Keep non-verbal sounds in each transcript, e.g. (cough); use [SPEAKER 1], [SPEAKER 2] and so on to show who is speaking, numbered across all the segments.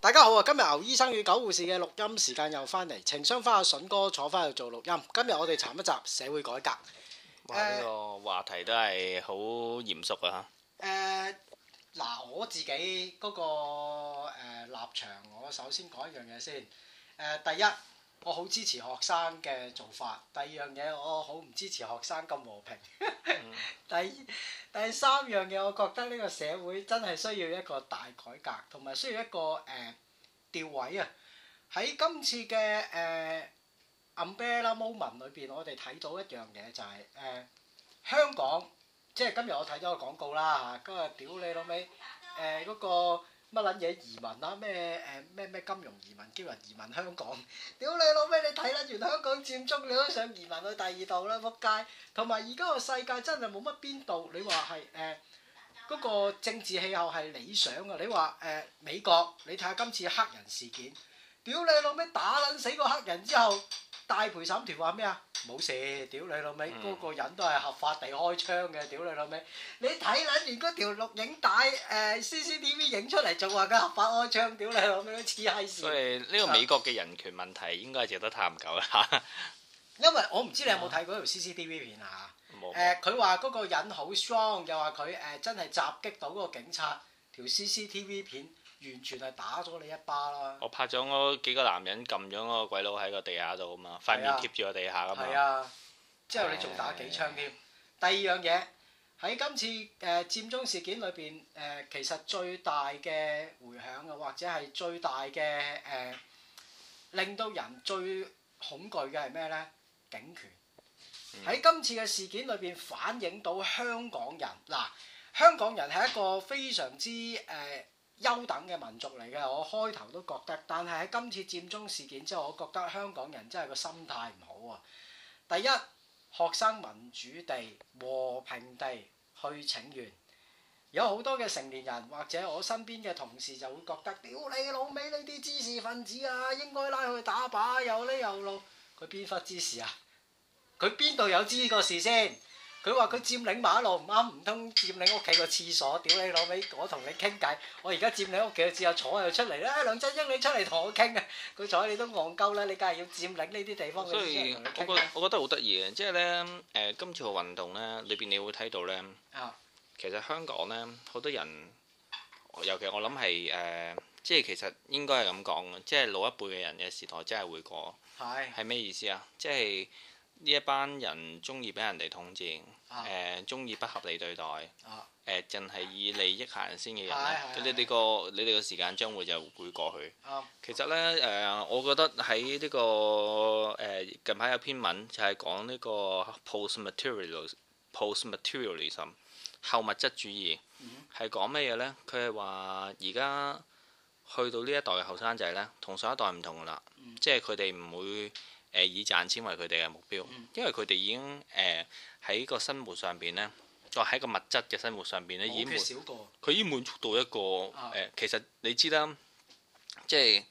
[SPEAKER 1] 大家好啊！今日牛醫生與狗護士嘅錄音時間又翻嚟，情商翻阿筍哥坐翻去做錄音。今日我哋談一集社會改革。誒、
[SPEAKER 2] 哇！呢個話題都係好嚴肅啊
[SPEAKER 1] 呃嗱，我自己嗰、個、呃、立場，我首先講一樣嘢先。誒、呃第一，我好支持學生嘅做法；第二樣嘢，我好唔支持學生咁和平。 (laughs) 第第三樣嘢，我覺得呢個社會真係需要一個大改革，同埋需要一個誒、呃、調位啊！喺今次嘅誒、呃 umbrella moment 裏邊，我哋睇到一樣嘢就係、呃香港，即係今日我睇咗個廣告啦嚇，嗰個屌你老味誒呃嗰個乜撚嘢移民啦，啊咩誒咩咩金融移民叫人移民香港， (laughs) 屌你老味你睇撚完香港佔中，你都想移民去第二度啦，撲街！同埋而家個世界真係冇乜邊度，你話係誒？呃嗰個政治氣候係理想嘅，你話誒、呃美國，你睇下今次黑人事件，屌你老味打撚死個黑人之後，大陪審團話咩啊？冇事，屌你老味，嗰、
[SPEAKER 2] 嗯
[SPEAKER 1] 個人都係合法地開槍嘅，屌你老味！你睇撚完嗰條錄影帶誒、呃 CCTV 影出嚟，仲話佢合法開槍，屌你老味，似閪
[SPEAKER 2] 嚇，所
[SPEAKER 1] 事。
[SPEAKER 2] 以呢個美國嘅人權問題應該係值得探究啦。
[SPEAKER 1] 因為我唔知你有冇睇過條 CCTV 片啊？
[SPEAKER 2] 冇
[SPEAKER 1] 誒，佢話嗰個人好 strong，又話佢誒真係襲擊到嗰個警察，條 CCTV 片完全係打咗你一巴啦。
[SPEAKER 2] 我拍咗嗰幾個男人撳咗個鬼佬喺個地下度啊嘛，塊面
[SPEAKER 1] 係啊
[SPEAKER 2] 貼住個地下啊
[SPEAKER 1] 係
[SPEAKER 2] 嘛。
[SPEAKER 1] 啊，之後你仲打幾槍添。第二樣嘢喺今次誒、呃、佔中事件裏邊誒，其實最大嘅迴響啊，或者係最大嘅誒、呃令到人最恐懼嘅係咩呢？警權。喺今次嘅事件裏邊反映到香港人嗱，香港人係一個非常之誒、呃、優等嘅民族嚟嘅，我開頭都覺得，但係喺今次佔中事件之後，我覺得香港人真係個心態唔好啊！第一，學生民主地、和平地去請願。有好多嘅成年人或者我身邊嘅同事就會覺得，屌你老味呢啲知識分子啊，應該拉去打靶，有呢有路。佢邊忽知事啊？ (laughs) 佢邊度有知個事先？佢話佢佔領馬路唔啱，唔通佔領屋企個廁所？屌你老味！我同你傾偈，我而家佔領屋企個廁所，坐喺度出嚟啦！哎梁振英你出嚟同我傾啊！佢坐喺你都戇鳩啦，你梗係要佔領呢啲地方，你
[SPEAKER 2] 所
[SPEAKER 1] 啊先
[SPEAKER 2] 以
[SPEAKER 1] 同
[SPEAKER 2] 我
[SPEAKER 1] 你
[SPEAKER 2] 覺
[SPEAKER 1] 傾偈
[SPEAKER 2] 我覺得好得意嘅，即係呢，誒今次個運動呢，裏邊你會睇到呢，
[SPEAKER 1] 啊！
[SPEAKER 2] 其實香港呢，好多人，尤其我諗係誒，即係其實應該係咁講嘅，即係老一輩嘅人嘅時代真係會過。
[SPEAKER 1] 係
[SPEAKER 2] 係咩意思啊？即係呢一班人中意俾人哋統治，
[SPEAKER 1] 啊
[SPEAKER 2] 誒中意不合理對待，誒
[SPEAKER 1] 啊
[SPEAKER 2] 淨係以利益行先嘅人
[SPEAKER 1] 係係啊
[SPEAKER 2] 咧，你哋個你哋個時間將會就會過去。
[SPEAKER 1] 啱
[SPEAKER 2] 其實咧誒、我覺得喺呢、個誒、近排有篇文就係講呢個 post materialism post materialism 後物質主義
[SPEAKER 1] 嗯
[SPEAKER 2] 係講乜嘢咧？佢係話而家去到呢一代嘅後生仔咧，同上一代唔同㗎啦，
[SPEAKER 1] 嗯
[SPEAKER 2] 即係佢哋唔會。誒以賺錢為佢哋嘅目標
[SPEAKER 1] 嗯，
[SPEAKER 2] 因為佢哋已經誒喺個生活上邊咧，再喺個物質嘅生活上邊咧，已經
[SPEAKER 1] 冇缺
[SPEAKER 2] 滿
[SPEAKER 1] 少過
[SPEAKER 2] 佢已經滿足到一個誒、
[SPEAKER 1] 啊
[SPEAKER 2] 呃其實你知啦，即係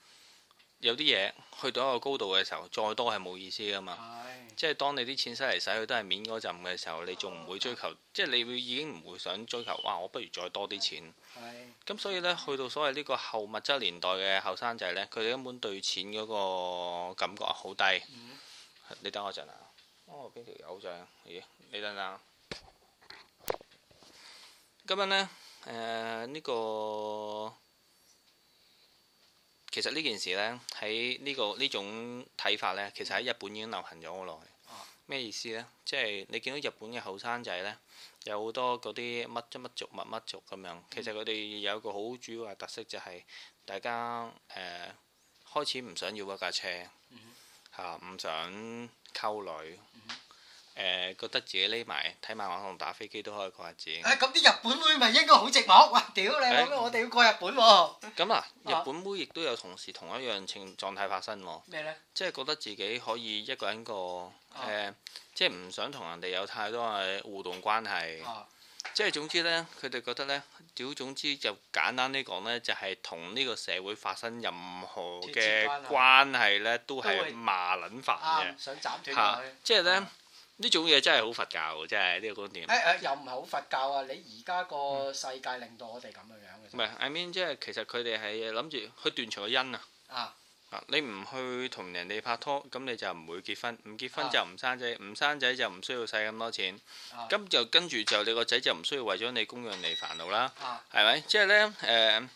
[SPEAKER 2] 有啲嘢去到一個高度嘅時候，再多係冇意思噶
[SPEAKER 1] 啊
[SPEAKER 2] 嘛。
[SPEAKER 1] 係
[SPEAKER 2] 即係當你啲錢使嚟使去都係面嗰陣嘅時候，你仲唔會追求，即係你會已經唔會想追求，哇！我不如再多啲錢。
[SPEAKER 1] 係
[SPEAKER 2] 咁所以呢，去到所謂呢個後物質年代嘅後生仔呢，佢哋根本對錢嗰個感覺好低。
[SPEAKER 1] 嗯
[SPEAKER 2] 你等我陣啊！哦，邊條友仔？咦，你等啊等。今日呢，誒、呢、個其實呢件事呢，喺呢、個呢種睇法呢，其實喺日本已經流行咗好耐
[SPEAKER 1] 啊。
[SPEAKER 2] 咩意思呢？即係你見到日本嘅後生仔呢，有好多嗰啲乜乜乜族乜乜族咁樣。其實佢哋有一個好主要嘅特色就係大家誒、開始唔想要嗰架車。嚇唔想溝女，誒、覺得自己匿埋睇漫畫同打飛機都可以過日子。
[SPEAKER 1] 誒咁啲日本妹咪應該好寂寞哇！屌你老味，
[SPEAKER 2] 誒
[SPEAKER 1] 我哋要過日本喎
[SPEAKER 2] 咁啊，日
[SPEAKER 1] 啊
[SPEAKER 2] 本妹亦都有同時同一樣情狀態發生喎，
[SPEAKER 1] 咩咧？
[SPEAKER 2] 即係覺得自己可以一個人過，誒、
[SPEAKER 1] 啊
[SPEAKER 2] 即係唔想同人哋有太多嘅互動關係。
[SPEAKER 1] 啊
[SPEAKER 2] 即係總之呢，佢哋覺得呢，屌總之就簡單啲講呢，就係同呢個社會發生任何
[SPEAKER 1] 脫
[SPEAKER 2] 嘅
[SPEAKER 1] 節
[SPEAKER 2] 關係呢，都
[SPEAKER 1] 都
[SPEAKER 2] 係
[SPEAKER 1] 會啊
[SPEAKER 2] 麻撚煩嘅
[SPEAKER 1] 啱。想斬斷
[SPEAKER 2] 嚇
[SPEAKER 1] 佢。
[SPEAKER 2] 即係呢
[SPEAKER 1] 啊，
[SPEAKER 2] 呢種嘢真係好佛教喎，真係呢個觀點。
[SPEAKER 1] à, 誒誒，又唔係好佛教啊！你而家個世界令到我哋咁樣樣嘅嘅
[SPEAKER 2] 唔
[SPEAKER 1] 啫。
[SPEAKER 2] 係，I mean 即係其實佢哋係諗住去斷除個因啊！
[SPEAKER 1] 啊，
[SPEAKER 2] 啊！你唔去同人哋拍拖，咁你就唔會結婚。唔結
[SPEAKER 1] 啊
[SPEAKER 2] 婚就唔生仔，唔生仔就唔需要使咁多錢。
[SPEAKER 1] 啊
[SPEAKER 2] 咁就跟住就你個仔就唔需要為咗你供養你煩惱啦
[SPEAKER 1] 啊，
[SPEAKER 2] 係咪？即係呢，誒，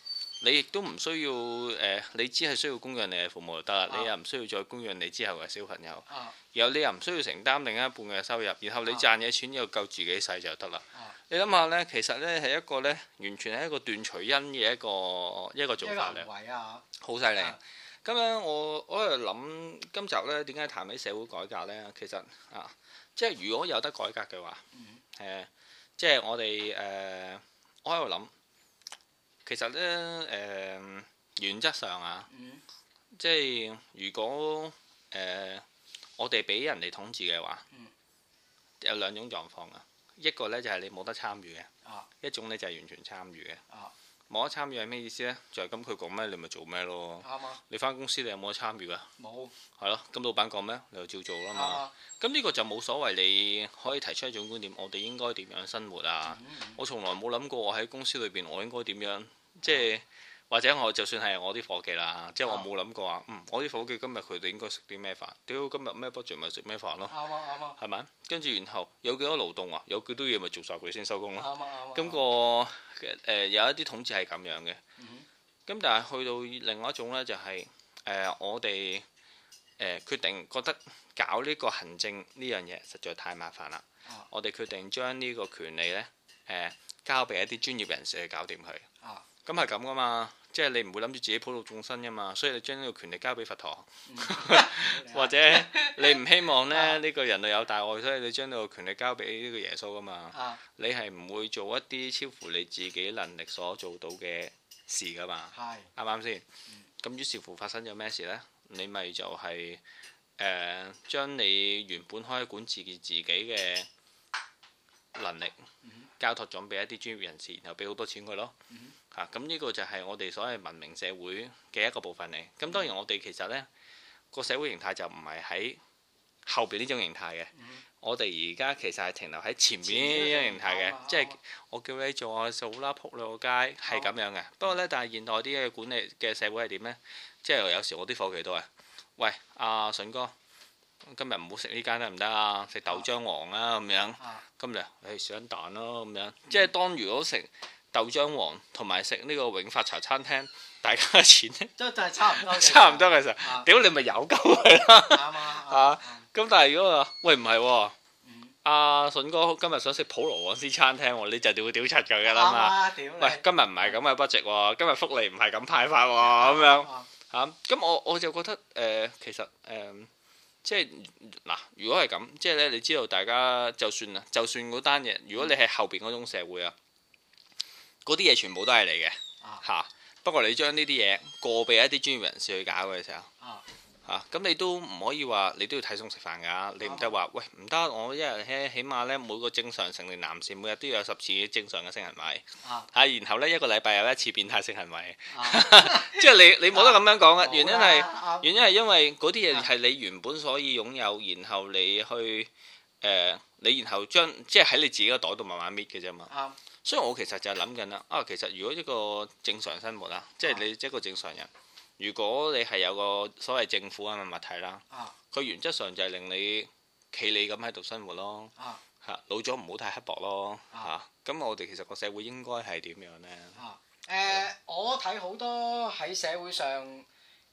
[SPEAKER 2] 你亦都唔需要誒，你只係需要供養你嘅父母就得啦，
[SPEAKER 1] 啊
[SPEAKER 2] 你又唔需要再供養你之後嘅小朋友，
[SPEAKER 1] 啊
[SPEAKER 2] 然後你又唔需要承擔另一半嘅收入，然後你
[SPEAKER 1] 啊
[SPEAKER 2] 賺嘅錢又夠自己使就得啦
[SPEAKER 1] 啊。
[SPEAKER 2] 你諗下呢，其實呢係一個呢，完全係一個斷除因嘅一個一個
[SPEAKER 1] 一
[SPEAKER 2] 做
[SPEAKER 1] 個
[SPEAKER 2] 法嚟
[SPEAKER 1] 行。為啊，
[SPEAKER 2] 好犀利
[SPEAKER 1] 啊。
[SPEAKER 2] 咁樣我我喺度諗今集咧點解談起社會改革咧？其實啊，即係如果有得改革嘅話，
[SPEAKER 1] Ừ,
[SPEAKER 2] 誒、即係我哋誒、呃我喺度諗，其實咧誒、呃原則上啊，
[SPEAKER 1] 嗯
[SPEAKER 2] 即係如果誒、呃我哋俾人哋統治嘅話，
[SPEAKER 1] 嗯
[SPEAKER 2] 有兩種狀況啊。一個咧就係你冇得參與嘅，
[SPEAKER 1] 啊
[SPEAKER 2] 一種咧就係完全參與嘅。
[SPEAKER 1] 啊
[SPEAKER 2] 冇得參與係咩意思咧？就係咁佢講咩你咪做咩咯。
[SPEAKER 1] 啱啊，
[SPEAKER 2] 你翻公司你有冇得參與啊？
[SPEAKER 1] 冇
[SPEAKER 2] 係咯，咁老闆講咩，你就照做啦
[SPEAKER 1] 啱
[SPEAKER 2] 嘛。
[SPEAKER 1] 啊，
[SPEAKER 2] 咁呢個就冇所謂，你可以提出一種觀點，我哋應該點樣生活啊？
[SPEAKER 1] 嗯嗯
[SPEAKER 2] 我從來冇諗過我喺公司裏邊我應該點樣，即係或者我就算係我啲伙計啦，即係我
[SPEAKER 1] 啊
[SPEAKER 2] 冇諗過話，嗯，我啲伙計今日佢哋應該食啲咩飯？屌，今日咩 budget 咪食咩飯咯，
[SPEAKER 1] 啱啊啱啊
[SPEAKER 2] 係咪？跟住然後有幾多勞動啊？有幾多嘢咪做晒佢先收工咯。
[SPEAKER 1] 啱啊啱啊，
[SPEAKER 2] 咁個誒有一啲統治係咁樣嘅。
[SPEAKER 1] 嗯
[SPEAKER 2] 咁但係去到另外一種呢，就係、誒我哋誒、決定覺得搞呢個行政呢樣嘢實在太麻煩啦。
[SPEAKER 1] 啊
[SPEAKER 2] 我哋決定將呢個權利呢，誒、交俾一啲專業人士去搞掂佢。
[SPEAKER 1] 啊
[SPEAKER 2] 咁係咁噶嘛，即係你唔會諗住自己普度眾生噶嘛，所以你將呢個權利交俾佛陀，
[SPEAKER 1] ừ. 嗯
[SPEAKER 2] 或者你唔希望
[SPEAKER 1] 啊
[SPEAKER 2] 呢呢個人類有大愛，所以你將呢個權利交俾呢個耶穌噶嘛。
[SPEAKER 1] 啊
[SPEAKER 2] 你係唔會做一啲超乎你自己能力所做到嘅事噶嘛。
[SPEAKER 1] 係
[SPEAKER 2] 啱唔啱先？咁於是乎發生咗咩事呢？你咪就係、誒、將你原本可以管治自己嘅能力
[SPEAKER 1] 嗯
[SPEAKER 2] 交託咗俾一啲專業人士，然後俾好多錢佢咯
[SPEAKER 1] 嗯。
[SPEAKER 2] 嚇、咁呢個就係我哋所謂文明社會嘅一個部分嚟。咁
[SPEAKER 1] 嗯
[SPEAKER 2] 當然我哋其實呢個社會形態就唔係喺後邊呢種形態嘅，
[SPEAKER 1] 嗯
[SPEAKER 2] 我哋而家其實係停留喺前
[SPEAKER 1] 前
[SPEAKER 2] 面
[SPEAKER 1] 面
[SPEAKER 2] 呢種形態
[SPEAKER 1] 啱啊
[SPEAKER 2] 嘅，即係
[SPEAKER 1] 啱啊。
[SPEAKER 2] 我叫你做我就好啦，撲你個街係咁樣嘅。不過呢，但係現代啲嘅管理嘅社會係點呢？即係有時我啲伙計都係，啊喂，阿、筍哥，今日唔好食呢間得唔得啊？食豆漿王啊咁樣。
[SPEAKER 1] 啊
[SPEAKER 2] 今日誒食緊蛋咯咁樣。即係當如果食豆漿王同埋食呢個永發茶餐廳，大家嘅錢呢
[SPEAKER 1] 都都係差唔多嘅，
[SPEAKER 2] 差唔多嘅時候，
[SPEAKER 1] 啊
[SPEAKER 2] 屌你咪有鳩佢啦。
[SPEAKER 1] 啱啊啱
[SPEAKER 2] 啊
[SPEAKER 1] 啊
[SPEAKER 2] 咁但係如果話，喂唔係喎。
[SPEAKER 1] 嗯
[SPEAKER 2] 阿筍哥今日想食普羅旺斯餐廳喎，你就屌屌柒佢㗎
[SPEAKER 1] 啱
[SPEAKER 2] 啦嘛。
[SPEAKER 1] 啊屌你
[SPEAKER 2] 喂，今日唔係咁嘅 budget 喎，今日福利唔係咁派發喎，咁樣
[SPEAKER 1] 啊
[SPEAKER 2] 嚇。咁我我就覺得誒、呃其實誒、呃即係嗱，如果係咁，即係咧，你知道大家就算啊，就算嗰單嘢，如果你係後邊嗰種社會啊，嗰啲嘢全部都係你嘅
[SPEAKER 1] 啊
[SPEAKER 2] 嚇。不過你將呢啲嘢過俾一啲專業人士去搞嘅時候。
[SPEAKER 1] 啊
[SPEAKER 2] 啊，咁你都唔可以話你都要睇餸食飯㗎，你唔得
[SPEAKER 1] 啊
[SPEAKER 2] 話喂唔得，我一日咧起碼咧每個正常成年男士每日都要有十次正常嘅性行為，
[SPEAKER 1] 啊
[SPEAKER 2] 啊，然後呢，一個禮拜有一次變態性行為，
[SPEAKER 1] 啊
[SPEAKER 2] 即係你你冇得咁
[SPEAKER 1] (laughs)
[SPEAKER 2] 樣講啊 (laughs) 嘅，原因係
[SPEAKER 1] 係
[SPEAKER 2] 原因係因為嗰啲嘢係你原本所以擁有，然後你去誒、呃你然後將即係喺你自己個袋度慢慢搣嘅啫嘛。
[SPEAKER 1] 啱
[SPEAKER 2] 所以我其實就係諗緊啦，啊，其實如果一個正常生活啦，即係
[SPEAKER 1] 啊
[SPEAKER 2] 你一個正常人，如果你係有個所謂政府咁嘅物體啦，
[SPEAKER 1] 啊
[SPEAKER 2] 佢原則上就係令你企理咁喺度生活咯。
[SPEAKER 1] 啊
[SPEAKER 2] 嚇老咗唔好太刻薄咯嚇
[SPEAKER 1] 啊，
[SPEAKER 2] 咁、我哋其實個社會應該係點樣呢？
[SPEAKER 1] 啊！誒，我睇好多喺社會上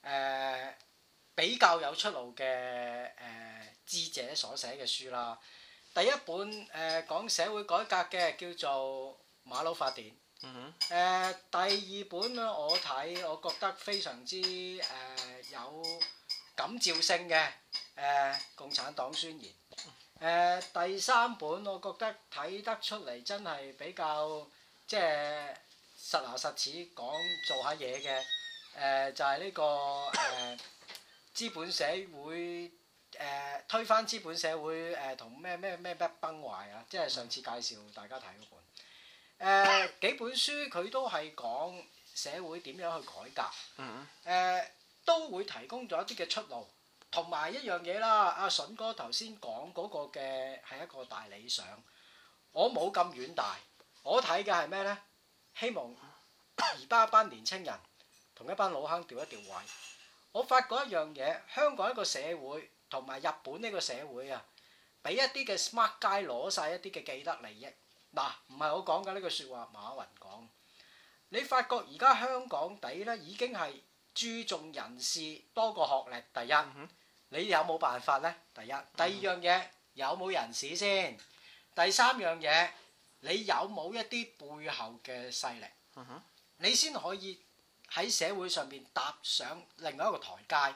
[SPEAKER 1] 誒、比較有出路嘅誒、智者所寫嘅書啦。第一本誒、講社會改革嘅叫做《馬騮法典》。
[SPEAKER 2] 嗯
[SPEAKER 1] 誒、呃第二本咧，我睇我覺得非常之誒、有感召性嘅誒、呃共產黨宣言》誒、第三本我覺得睇得出嚟真係比較即係實牙實齒講做下嘢嘅誒，就係、呢、個誒、呃資本社會。誒、推翻資本社會誒同咩咩咩咩崩壞啊！即係上次介紹大家睇嗰本。誒、呃幾本書佢都係講社會點樣去改革，誒、
[SPEAKER 2] 嗯
[SPEAKER 1] 呃都會提供咗一啲嘅出路，同埋一樣嘢啦。阿筍哥頭先講嗰個嘅係一個大理想，我冇咁遠大，我睇嘅係咩呢？希望而家一班年青人同一班老坑調一調位。我發覺一樣嘢，香港一個社會同埋日本呢個社會啊，俾一啲嘅 smart guy 攞晒一啲嘅既得利益。嗱，唔係我講緊呢句説話，馬雲講。你發覺而家香港地咧已經係注重人事多過學歷，第一。
[SPEAKER 2] 嗯哼嗯
[SPEAKER 1] 你有冇辦法呢？第一，第二樣嘢有冇人事先？第三樣嘢你有冇一啲背後嘅勢力？
[SPEAKER 2] 嗯哼
[SPEAKER 1] 你先可以喺社會上邊踏上另外一個台階。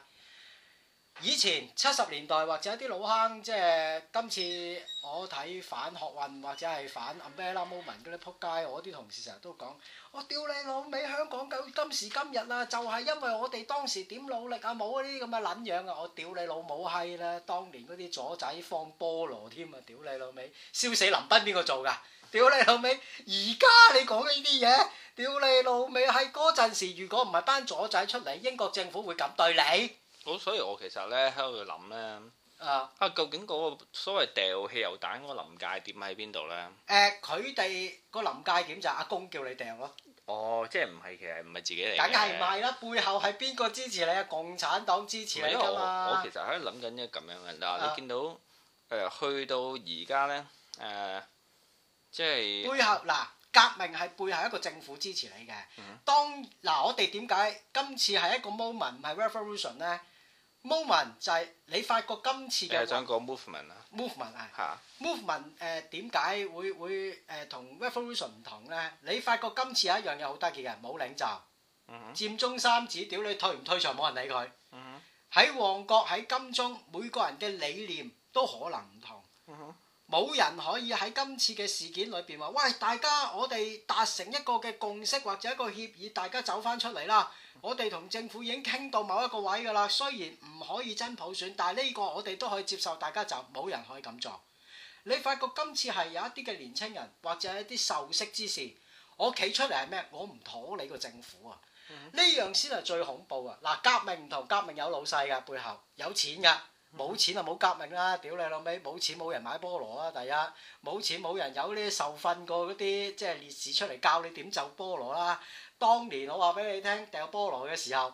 [SPEAKER 1] 以前七十年代或者一啲老坑，即係今次我睇反學運或者係反 umbrella moment 嗰啲撲街，我啲同事成日都講：我屌你老味，香港到今時今日啦，就係、因為我哋當時點努力啊，冇呢啲咁嘅撚樣啊！我屌你老母閪啦！當年嗰啲左仔放菠蘿添啊！屌你老味，燒死林斌邊個做㗎？屌你老味！而家你講呢啲嘢，屌你老味！喺嗰陣時，如果唔係班左仔出嚟，英國政府會咁對你
[SPEAKER 2] 我所以我其實咧喺度諗咧，
[SPEAKER 1] 啊！
[SPEAKER 2] 啊究竟嗰個所謂掉汽油彈嗰個臨界點喺邊度咧？
[SPEAKER 1] 誒，佢哋個臨界點就係阿公叫你掟咯，
[SPEAKER 2] 哦，即係唔係其實唔係自己嚟嘅，
[SPEAKER 1] 梗係唔係啦？背後係邊個支持你啊？共產黨支持
[SPEAKER 2] 唔係
[SPEAKER 1] 你
[SPEAKER 2] 因為
[SPEAKER 1] 㗎
[SPEAKER 2] 我我
[SPEAKER 1] 嘛
[SPEAKER 2] 其？實喺度諗緊一咁樣嘅嗱，
[SPEAKER 1] 啊
[SPEAKER 2] 你見到誒、呃去到而家咧誒，即
[SPEAKER 1] 背
[SPEAKER 2] 係
[SPEAKER 1] 後嗱，革命係背後一個政府支持你嘅
[SPEAKER 2] 嗯。
[SPEAKER 1] 當嗱，我哋點解今次係一個 moment 唔係 revolution 咧？moment 就係你發覺今次
[SPEAKER 2] 誒
[SPEAKER 1] 嘅
[SPEAKER 2] 呃想講 movement 啦
[SPEAKER 1] movement 係。
[SPEAKER 2] 嚇，
[SPEAKER 1] movement 誒點解會會誒同 revolution 唔同咧？你發覺今次有一樣嘢好得意嘅，冇領袖，
[SPEAKER 2] 嗯哼
[SPEAKER 1] 佔中三子屌你退唔退場冇人理佢。
[SPEAKER 2] 嗯
[SPEAKER 1] 喺旺角喺金鐘，每個人嘅理念都可能唔同。
[SPEAKER 2] 嗯哼
[SPEAKER 1] 冇人可以喺今次嘅事件裏邊話，喂，大家我哋達成一個嘅共識或者一個協議，大家走翻出嚟啦。我哋同政府已經傾到某一個位㗎啦，雖然唔可以真普選，但係呢個我哋都可以接受，大家就冇人可以咁做。你發覺今次係有一啲嘅年青人或者一啲受識之士，我企出嚟係咩？我唔妥你個政府啊！呢樣先係最恐怖啊！嗱，革命唔同，革命有老細㗎，背後有錢㗎。冇錢就冇革命啦，屌你老味！冇錢冇人買菠蘿啊！第一冇錢冇人有呢啲受訓過嗰啲即係烈士出嚟教你點就菠蘿啦。當年我話俾你聽掉菠蘿嘅時候，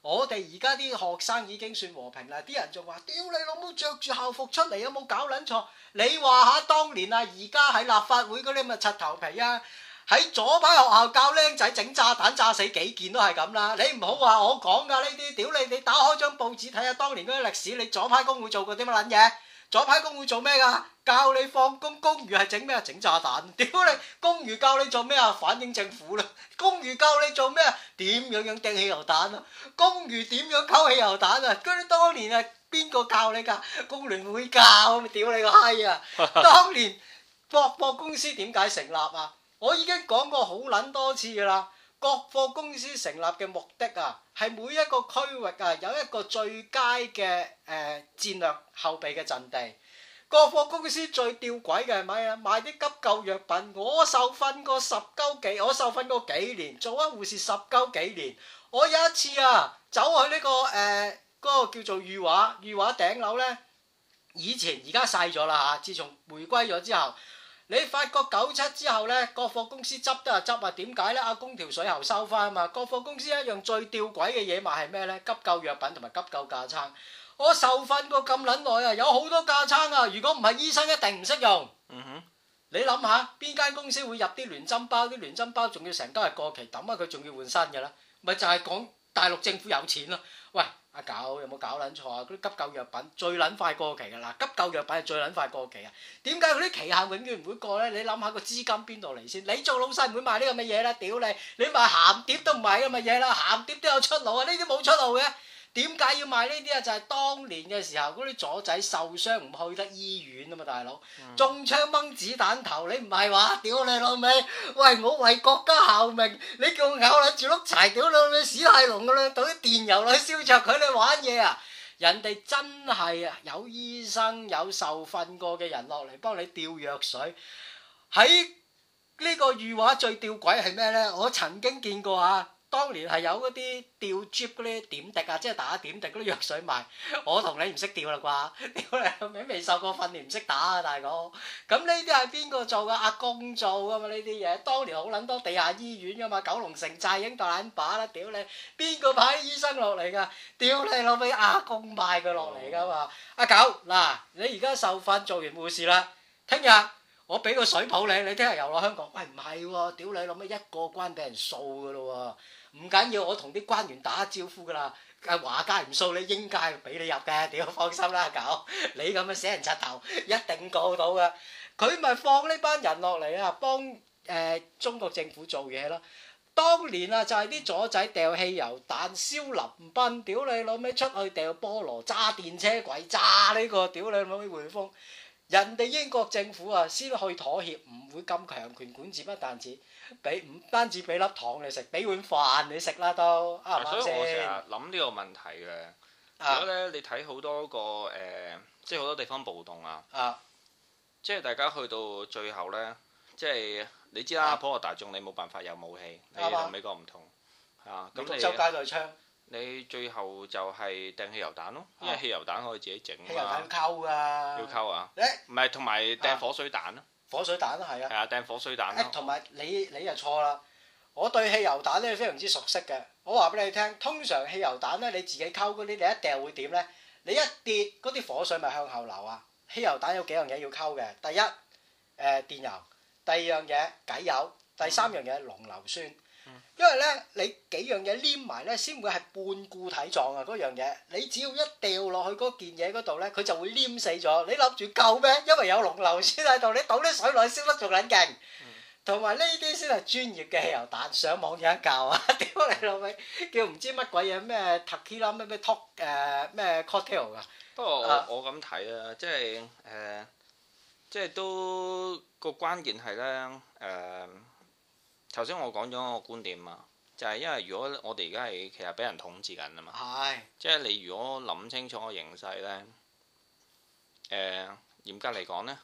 [SPEAKER 1] 我哋而家啲學生已經算和平啦，啲人仲話：屌你老母着住校服出嚟有冇搞撚錯？你話下當年啊，而家喺立法會嗰啲咪柒頭皮啊！ (laughs) 喺左派學校教僆仔整炸彈，炸死幾件都係咁啦。你唔好話我講噶呢啲，屌你！你打開張報紙睇下當年嗰啲歷史，你左派工會做過啲乜撚嘢？左派工會做咩噶？教你放工，公餘係整咩啊？整炸彈！屌你！公餘教你做咩啊？反映政府啦！公餘教你做咩啊？點樣樣掟汽油彈啊？公餘點樣溝汽油彈啊？嗰啲當年啊，邊個教你㗎？工聯會教咪屌你個閪啊！當年國貨公司點解成立啊？我已經講過好撚多次㗎啦。國貨公司成立嘅目的啊，係每一個區域啊有一個最佳嘅誒、呃戰略後備嘅陣地。國貨公司最吊詭嘅係咪啊？賣啲急救藥品，我受訓過十鳩幾，我受訓過幾年，做一護士十鳩幾年。我有一次啊，走去呢、個呃誒嗰、個叫做裕華裕華頂樓咧，以前而家細咗啦嚇，自從回歸咗之後。你發覺九七之後呢，國貨公司執得就執啊？點解呢？阿公條水喉收翻啊嘛！國貨公司一樣最吊詭嘅嘢賣係咩呢？急救藥品同埋急救架撐。我受訓過咁撚耐啊，有好多架撐啊！如果唔係醫生一定唔識用。
[SPEAKER 2] 嗯哼
[SPEAKER 1] 你諗下，邊間公司會入啲聯針包？啲聯針包仲要成兜係過期，抌啊佢仲要換新嘅啦。咪就係講大陸政府有錢咯。喂，阿狗有冇搞撚錯啊？嗰啲急救藥品最撚快過期㗎啦，急救藥品係最撚快過期啊！點解佢啲期限永遠唔會過咧？你諗下個資金邊度嚟先？你做老細唔會賣呢咁嘅嘢啦，屌你！你賣鹹碟都唔賣咁嘅嘢啦，鹹碟都有出路啊！呢啲冇出路嘅。點解要賣呢啲啊？就係、當年嘅時候，嗰啲左仔受傷唔去得醫院啊嘛，大佬。中槍掹子彈頭，你唔係話屌你老味？喂，我為國家效命，你叫我咬撚住碌柴，屌你老味史泰龍咁樣，倒啲電油落去燒着佢，你玩嘢啊！人哋真係啊，有醫生有受訓過嘅人落嚟幫你吊藥水。喺呢個語話最吊詭係咩呢？我曾經見過啊，當年係有嗰啲吊 jeep 嗰啲點滴啊，即係打點滴嗰啲藥水賣。 (laughs) 我同你唔識吊啦啩？屌你老味，未受過訓練唔識打啊，大佬！咁呢啲係邊個做噶？阿公做噶嘛？呢啲嘢當年好撚多地下醫院噶嘛，九龍城寨已經大撚把啦，屌你！邊個派醫生落嚟㗎？屌你老味，阿公派佢落嚟㗎嘛？阿九嗱，你而家受訓做完護士啦，聽日。我俾個水泡你，你聽日遊落香港。喂，唔係喎，屌你老味，一個關俾人掃㗎咯喎！唔緊要，我同啲官員打招呼㗎啦。誒華界唔 (laughs) 掃你，英界俾你入嘅，屌放心啦，狗！你咁樣死人柒頭，一定告到㗎。佢咪放呢班人落嚟啊，幫誒、呃中國政府做嘢咯。當年啊，就係啲左仔掉汽油彈、燒林賓，屌你老味出去掉菠蘿、揸電車軌、揸呢、個，屌你老味匯豐。人哋英國政府啊，先去妥協，唔會咁強權管治，不但止俾唔單止俾粒糖你食，俾碗飯你食啦都啱唔
[SPEAKER 2] 所
[SPEAKER 1] 啱
[SPEAKER 2] 以我成
[SPEAKER 1] 先？
[SPEAKER 2] 日諗呢個問題嘅。如
[SPEAKER 1] 啊
[SPEAKER 2] 果咧你睇好多個誒、即係好多地方暴動啊，
[SPEAKER 1] 啊
[SPEAKER 2] 即係大家去到最後咧，即係你知啦，
[SPEAKER 1] 啊
[SPEAKER 2] 普羅大眾你冇辦法有武器，你
[SPEAKER 1] 啱啊
[SPEAKER 2] 同美國唔同啊，咁
[SPEAKER 1] 美國周街都係槍，
[SPEAKER 2] 你你最後就係掟汽油彈咯，因為
[SPEAKER 1] 啊
[SPEAKER 2] 汽油彈可以自己整
[SPEAKER 1] 汽油
[SPEAKER 2] 啊
[SPEAKER 1] 彈，溝啊
[SPEAKER 2] 要，溝啊
[SPEAKER 1] 誒，
[SPEAKER 2] 唔係同埋掟
[SPEAKER 1] 啊
[SPEAKER 2] 火水彈咯，
[SPEAKER 1] 火水彈都係啊。
[SPEAKER 2] 係啊，掟火水彈
[SPEAKER 1] 誒
[SPEAKER 2] 咯，
[SPEAKER 1] 同埋你你又錯啦！我對汽油彈咧非常之熟悉嘅，我話俾你聽，通常汽油彈咧你自己溝嗰啲，你一掉會點咧？你一跌嗰啲火水咪向後流啊！汽油彈有幾樣嘢要溝嘅，第一誒、電油，第二樣嘢偈油，第三樣嘢濃硫酸。因為咧，你幾樣嘢黏埋咧，先會係半固體狀啊！嗰樣嘢，你只要一掉落去嗰件嘢嗰度咧，佢就會黏死咗。你諗住救咩？因為有濃硫酸喺度，你倒啲水落去燒得仲撚勁。同埋呢啲先係專業嘅汽油彈，上網有得教啊！ (laughs) 屌你老味，叫唔知乜鬼嘢咩 t a k i l a 咩咩 t o k 誒咩 cocktail 㗎，
[SPEAKER 2] 不過我
[SPEAKER 1] 啊
[SPEAKER 2] 我咁睇啊，即係誒、即係都個關鍵係咧誒。頭先我講咗個觀點啊，就係、因為如果我哋而家係其實俾人統治緊啊嘛，
[SPEAKER 1] 係
[SPEAKER 2] 即係你如果諗清楚個形勢咧，誒、嚴格嚟講咧，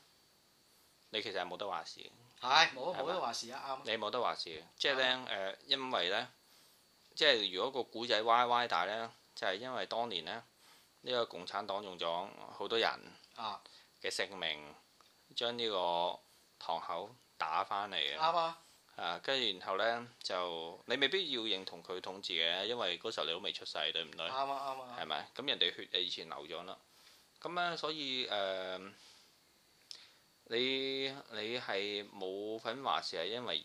[SPEAKER 2] 你其實係冇得話事嘅，
[SPEAKER 1] 係冇冇得話事啊
[SPEAKER 2] 你冇得話事嘅，即係咧誒，因為咧，即係如果個古仔歪歪大咧，就係、因為當年咧呢、呢個共產黨用咗好多人
[SPEAKER 1] 啱啊
[SPEAKER 2] 嘅性命，將呢個堂口打翻嚟嘅。
[SPEAKER 1] 啱啊
[SPEAKER 2] 啊，跟住然後呢，就你未必要認同佢統治嘅，因為嗰時候你都未出世，對唔對？
[SPEAKER 1] 啱啊啱啊
[SPEAKER 2] 係咪？咁人哋血你以前流咗啦，咁呢，所以誒、你你係冇份話事係因為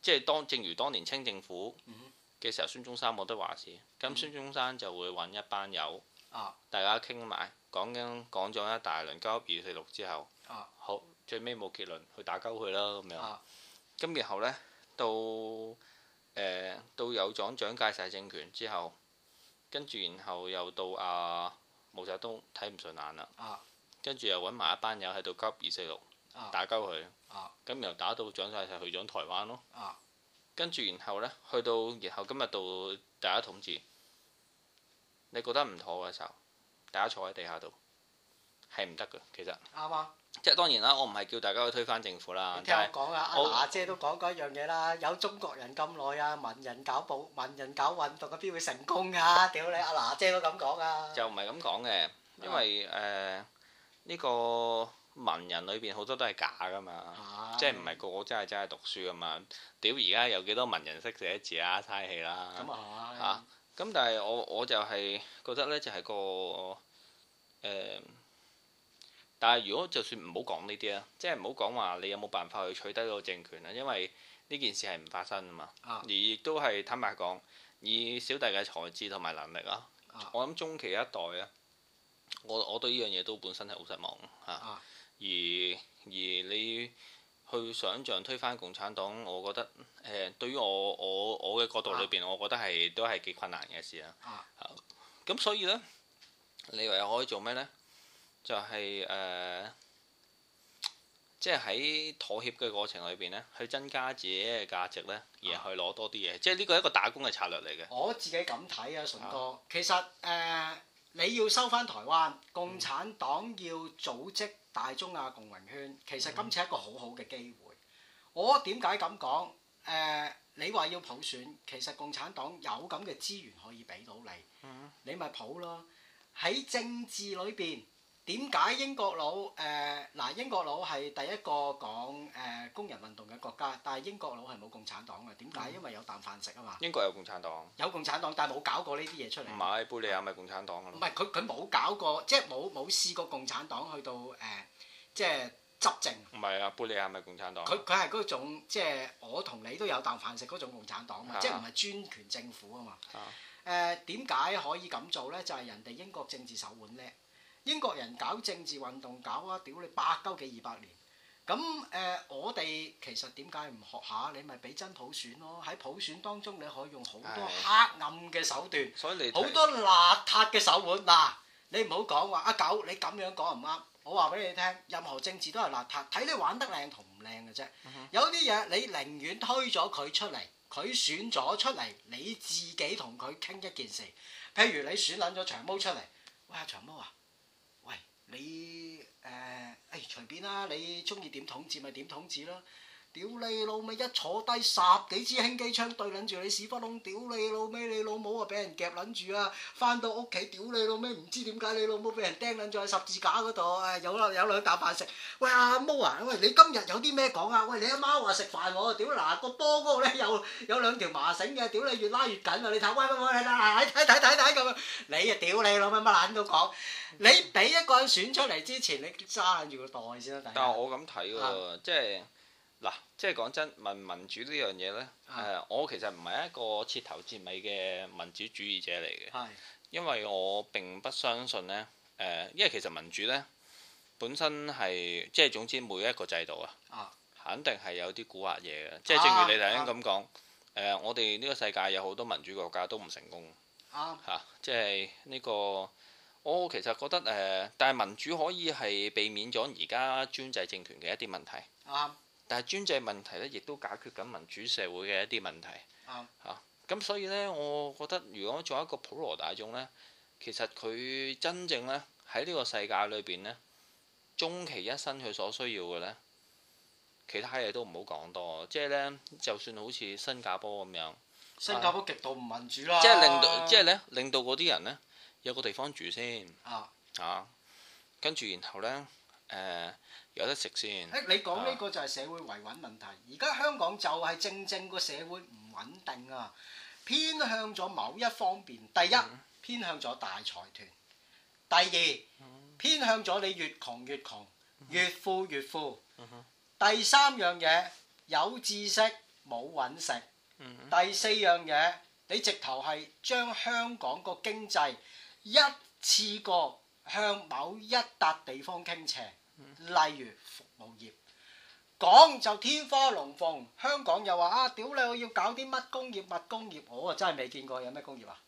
[SPEAKER 2] 即係當正如當年清政府
[SPEAKER 1] 嗯
[SPEAKER 2] 嘅時候，孫中山冇得話事，咁
[SPEAKER 1] 嗯
[SPEAKER 2] 孫中山就會揾一班友
[SPEAKER 1] 啊
[SPEAKER 2] 大家傾埋，講緊講咗一大輪交二四六之後，
[SPEAKER 1] 啊
[SPEAKER 2] 好最尾冇結論，去打鳩佢啦咁樣。
[SPEAKER 1] 啊
[SPEAKER 2] 咁然後呢，到誒、呃到有咗蔣介石政權之後，跟住然後又到啊毛澤東睇唔順眼啦，
[SPEAKER 1] 啊
[SPEAKER 2] 跟住又揾埋一班友喺度急二四六
[SPEAKER 1] 啊
[SPEAKER 2] 打鳩佢，
[SPEAKER 1] 啊
[SPEAKER 2] 咁然後打到蔣介石去咗台灣咯，
[SPEAKER 1] 啊
[SPEAKER 2] 跟住然後呢，去到然後今日到大家統治，你覺得唔妥嘅時候，大家坐喺地下度係唔得嘅，其實
[SPEAKER 1] 啱啊！
[SPEAKER 2] 即係當然啦，我唔係叫大家去推翻政府啦
[SPEAKER 1] 你，聽
[SPEAKER 2] 但係
[SPEAKER 1] 我講啊，阿
[SPEAKER 2] 我
[SPEAKER 1] 娜姐都講過一樣嘢啦，有中國人咁耐啊，文人搞暴文人搞運動啊，邊會成功㗎？屌你，阿娜姐都咁講啊！
[SPEAKER 2] 就唔係咁講嘅，因為誒呢、個文人裏邊好多都係假噶
[SPEAKER 1] 啊
[SPEAKER 2] 嘛，即係唔係個個真係真係讀書噶嘛？屌而家有幾多文人識寫字啊？嘥氣啦
[SPEAKER 1] 咁啊係
[SPEAKER 2] 嚇！啊咁、但係我我就係覺得呢，就係、個誒、但係如果就算唔好講呢啲啊，即係唔好講話你有冇辦法去取得個政權啊，因為呢件事係唔發生啊嘛，
[SPEAKER 1] 啊
[SPEAKER 2] 而亦都係坦白講，以小弟嘅才智同埋能力啊，
[SPEAKER 1] 啊
[SPEAKER 2] 我諗中期一代啊，我我對呢樣嘢都本身係好失望嚇、
[SPEAKER 1] 啊
[SPEAKER 2] 而而你去想像推翻共產黨，我覺得誒、對於我我我嘅角度裏邊，我覺得係都係幾困難嘅事啊。
[SPEAKER 1] 啊
[SPEAKER 2] 咁、所以呢，你唯有可以做咩呢？就係、誒、即係喺妥協嘅過程裏邊呢，去增加自己嘅價值呢，而
[SPEAKER 1] 啊
[SPEAKER 2] 去攞多啲嘢，即係呢個係一個打工嘅策略嚟嘅。
[SPEAKER 1] 我自己咁睇啊，順哥，其實誒、你要收翻台灣，共產黨要組織
[SPEAKER 2] 嗯
[SPEAKER 1] 大中亞共榮圈，其實今次係一個好好嘅機會。我點解咁講？誒、誒，你話要普選，其實共產黨有咁嘅資源可以俾到你，你咪普咯。喺政治裏邊，點解英國佬誒嗱、英國佬係第一個講誒、呃工人運動嘅國家，但係英國佬係冇共產黨嘅，點
[SPEAKER 2] 嗯
[SPEAKER 1] 解？因為有啖飯食啊嘛，
[SPEAKER 2] 英國有共產黨，
[SPEAKER 1] 有共產黨，但係冇搞過呢啲嘢出嚟
[SPEAKER 2] 唔。係貝利亞咪共產黨㗎
[SPEAKER 1] 唔
[SPEAKER 2] 咯。
[SPEAKER 1] 係佢佢冇搞過，即係冇冇試過共產黨去到誒、即係執政。
[SPEAKER 2] 唔係啊，貝利亞咪共產
[SPEAKER 1] 嗯
[SPEAKER 2] 黨。
[SPEAKER 1] 佢佢係嗰種即係我同你都有啖飯食嗰種共產黨嘛，
[SPEAKER 2] 啊
[SPEAKER 1] 即係唔係專權政府啊嘛
[SPEAKER 2] 啊。
[SPEAKER 1] 誒點解可以咁做咧？就係、人哋英國政治手腕叻，英國人搞政治運動搞啊，屌你百鳩幾二百年。咁誒、我哋其實點解唔學下？你咪俾真普選咯。喺普選當中，你可以用好多黑暗嘅手段。
[SPEAKER 2] 所以你
[SPEAKER 1] 好
[SPEAKER 2] 睇
[SPEAKER 1] 多邋遢嘅手腕嗱，你唔好講話阿狗，你咁樣講唔啱。我話俾你聽，任何政治都係邋遢，睇你玩得靚同唔靚嘅啫。有啲嘢你寧願推咗佢出嚟，佢選咗出嚟，你自己同佢傾一件事。譬如你選撚咗長毛出嚟，喂阿長毛啊，喂你誒誒、隨便啦，你中意點統治咪點統治啦。屌你老味！一坐低十幾支輕機槍對撚住你屎忽窿，屌你老味！你老母啊俾人夾撚住啊！翻到屋企，屌你老味！唔知點解你老母俾人釘撚咗喺十字架嗰度啊！有啦有兩啖飯食。喂阿毛啊，喂你今日有啲咩講啊？喂你阿媽話食飯喎，屌嗱個波嗰度咧有有兩條麻繩嘅，屌你越拉越緊啊！你睇喂喂喂，嗱睇睇睇睇咁樣，你啊屌你老味乜撚都講。你俾一個人選出嚟之前，你揸撚住個袋先啦，第
[SPEAKER 2] 但係
[SPEAKER 1] 一。
[SPEAKER 2] 我咁睇
[SPEAKER 1] 啊
[SPEAKER 2] 喎，即係嗱，即係講真，民民主呢樣嘢呢，誒、
[SPEAKER 1] 啊
[SPEAKER 2] 我其實唔係一個徹頭徹尾嘅民主主義者嚟嘅，
[SPEAKER 1] 係
[SPEAKER 2] 因為我並不相信呢。誒、因為其實民主呢，本身係即係總之每一個制度啊，
[SPEAKER 1] 啊
[SPEAKER 2] 肯定係有啲古惑嘢嘅，即係正如你頭先咁講，誒、我哋呢個世界有好多民主國家都唔成功。
[SPEAKER 1] 啱
[SPEAKER 2] 嚇、即係呢、個我其實覺得誒、呃但係民主可以係避免咗而家專制政權嘅一啲問題，
[SPEAKER 1] 啱
[SPEAKER 2] 但係專制問題咧，亦都解決緊民主社會嘅一啲問題。
[SPEAKER 1] 啱
[SPEAKER 2] 嚇咁、所以呢，我覺得如果做一個普羅大眾呢，其實佢真正呢喺呢個世界裏邊呢，終其一生佢所需要嘅呢，其他嘢都唔好講多，即係呢，就算好似新加坡咁樣。
[SPEAKER 1] 新加坡極度唔民主啦，
[SPEAKER 2] 即係令到，即係咧，令到嗰啲人咧有個地方住先
[SPEAKER 1] 啊！
[SPEAKER 2] 啊，跟住然後咧誒、有得食先，
[SPEAKER 1] 誒，你講呢個就係社會維穩問題。而家香港就係正正個社會唔穩定啊，偏向咗某一方面。第一，
[SPEAKER 2] 嗯
[SPEAKER 1] 偏向咗大財團；第二，
[SPEAKER 2] 嗯
[SPEAKER 1] 偏向咗你越窮越窮，越富越富。
[SPEAKER 2] 嗯
[SPEAKER 1] 第三樣嘢有知識冇揾食。
[SPEAKER 2] 嗯
[SPEAKER 1] 第四樣嘢，你直頭係將香港個經濟一次過向某一笪地方傾斜，例如服務業。講就天花龍鳳，香港又話啊，屌你！我要搞啲乜工業、乜工業，我啊真係未見過有咩工業啊！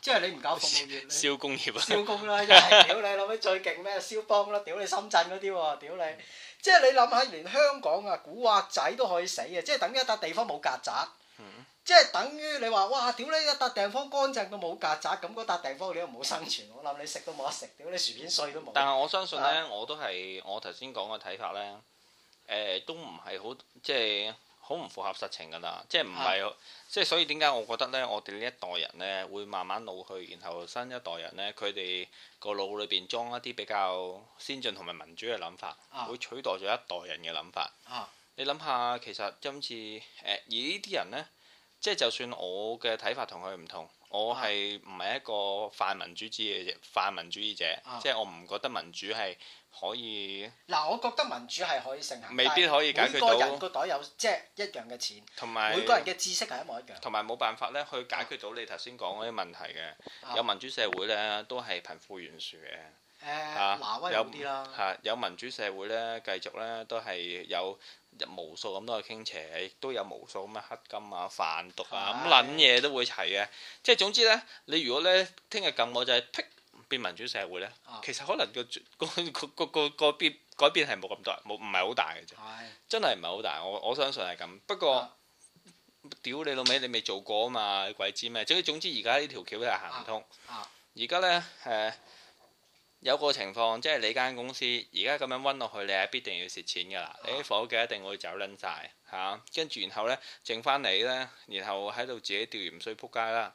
[SPEAKER 1] 即係你唔搞服務業，你
[SPEAKER 2] 燒工業啊，
[SPEAKER 1] 燒工啦，真係屌你老味最勁咩？燒幫啦，屌你深圳嗰啲喎，屌你！即係你諗下，連香港啊，古惑仔都可以死嘅，即係等於一笪地方冇曱甴。即係等於你話哇，屌你一笪地方乾淨到冇曱甴，咁嗰笪地方你都冇生存。我諗你食都冇得食，屌你薯片碎都冇。啊
[SPEAKER 2] 但係我相信咧，我都係我頭先講嘅睇法咧，誒、都唔係好即係好唔符合實情㗎啦，即係唔
[SPEAKER 1] 啊
[SPEAKER 2] 係即係所以點解我覺得咧，我哋呢一代人咧會慢慢老去，然後新一代人咧佢哋個腦裏邊裝一啲比較先進同埋民主嘅諗法，
[SPEAKER 1] 啊
[SPEAKER 2] 會取代咗一代人嘅諗法。
[SPEAKER 1] 啊
[SPEAKER 2] 你諗下，其實今次誒、呃而呢啲人呢，即係就算我嘅睇法同佢唔同，我
[SPEAKER 1] 啊
[SPEAKER 2] 係唔係一個泛民主主義者？泛民主義者，
[SPEAKER 1] 啊
[SPEAKER 2] 即係我唔覺得民主係可以
[SPEAKER 1] 嗱，我覺得民主係可以盛行，
[SPEAKER 2] 未必可以解決
[SPEAKER 1] 每個人
[SPEAKER 2] 到，
[SPEAKER 1] 個袋有即係一樣嘅錢，
[SPEAKER 2] 同埋
[SPEAKER 1] 每個人嘅知識係一模一樣。
[SPEAKER 2] 同埋冇辦法咧去解決到你頭先講嗰啲問題
[SPEAKER 1] 啊
[SPEAKER 2] 嘅。有民主社會呢，都係貧富懸殊嘅。
[SPEAKER 1] 誒，
[SPEAKER 2] 啊
[SPEAKER 1] 挪威好啲啦。
[SPEAKER 2] 嚇有民主社會咧，繼續咧都係有無數咁多嘅傾斜，亦都有無數咁嘅黑金啊、販毒啊
[SPEAKER 1] 係
[SPEAKER 2] 咁撚嘢都會齊嘅。即係總之咧，你如果咧聽日撳我就係剔變民主社會咧
[SPEAKER 1] 啊，
[SPEAKER 2] 其實可能個個個個個變改變係冇咁大，冇唔係好大嘅啫，
[SPEAKER 1] 係。
[SPEAKER 2] 真係唔係好大。我我相信係咁，不過
[SPEAKER 1] 啊。
[SPEAKER 2] 屌你老味，你未做過啊嘛，你鬼知咩？總之總之，而家呢條橋係行唔通
[SPEAKER 1] 啊啊。
[SPEAKER 2] 而家咧誒，有個情況，即係你間公司而家咁樣温落去，你係必定要蝕錢㗎啦。你啲伙計一定會走撚晒嚇，跟、住然後呢，剩翻你呢，然後喺度自己吊鹽水撲街啦。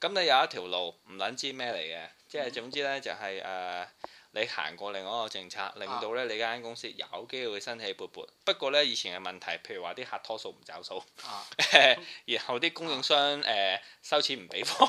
[SPEAKER 2] 咁你有一條路唔撚知咩嚟嘅，即係總之呢，就係、呃你行過另外一個政策，令到呢你間公司有機會生氣勃勃。不過呢，以前嘅問題，譬如話啲客拖數唔找數，
[SPEAKER 1] 啊
[SPEAKER 2] (laughs) 然後啲供應商誒、呃收錢唔俾貨。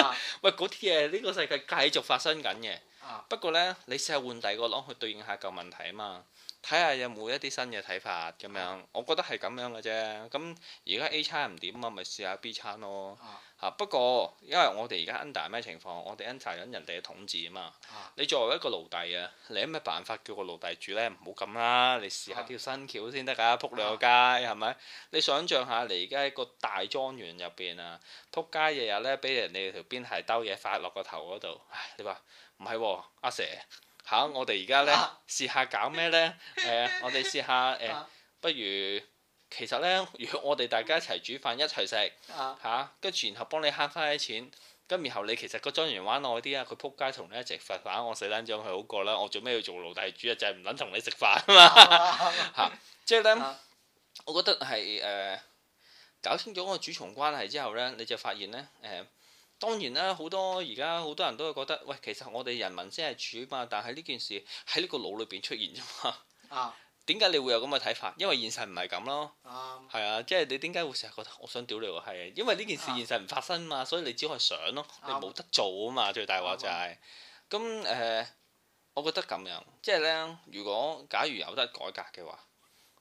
[SPEAKER 1] 啊
[SPEAKER 2] 喂，嗰啲嘢呢個世界繼續發生緊嘅。
[SPEAKER 1] 啊
[SPEAKER 2] 不過呢，你試下換第二個籠去對應下舊問題啊嘛，睇下有冇一啲新嘅睇法咁
[SPEAKER 1] 啊
[SPEAKER 2] 樣。我覺得係咁樣嘅啫。咁而家 A 餐唔掂啊，咪試下 B 餐咯。
[SPEAKER 1] 啊
[SPEAKER 2] 嚇、不過因為我哋而家 under 咩情況，我哋 under 緊人哋嘅統治啊嘛。
[SPEAKER 1] 啊
[SPEAKER 2] 你作為一個奴隸啊，你有咩辦法叫個奴隸主呢？唔好咁啦，你試下
[SPEAKER 1] 啊
[SPEAKER 2] 條新橋先得㗎，撲兩街係咪？你想象下，你而家喺個大莊園入邊啊，撲街日日呢，俾人哋條邊係兜嘢發落個頭嗰度，唉，你話唔係喎，阿蛇嚇、我哋而家呢，
[SPEAKER 1] 啊
[SPEAKER 2] 試下搞咩呢？誒、我哋試下誒，
[SPEAKER 1] 啊
[SPEAKER 2] 不如其實呢，如果我哋大家一齊煮飯一齊食。
[SPEAKER 1] 啊
[SPEAKER 2] 嚇，跟住然後幫你慳翻啲錢，咁然後你其實個莊園玩耐啲啊，佢撲街同你一齊食飯，啊我死撚咗佢好過啦，我做咩要做奴隸主啊？就係唔撚同你食飯啊嘛，即係咧，
[SPEAKER 1] 啊
[SPEAKER 2] 我覺得係誒、呃搞清楚個主從關係之後咧，你就發現咧誒。呃當然啦，好多而家好多人都會覺得，喂，其實我哋人民先係主嘛，但係呢件事喺呢個腦裏邊出現啫嘛。
[SPEAKER 1] 啊
[SPEAKER 2] 點解你會有咁嘅睇法？因為現實唔係咁咯。
[SPEAKER 1] 啊
[SPEAKER 2] 係啊，即係你點解會成日覺得我想屌你喎？係啊，因為呢件事
[SPEAKER 1] 啊
[SPEAKER 2] 現實唔發生嘛，所以你只可以想咯，你
[SPEAKER 1] 啱嗯
[SPEAKER 2] 冇得做啊嘛，最大話就係咁誒。我覺得咁樣，即係咧，如果假如有得改革嘅話，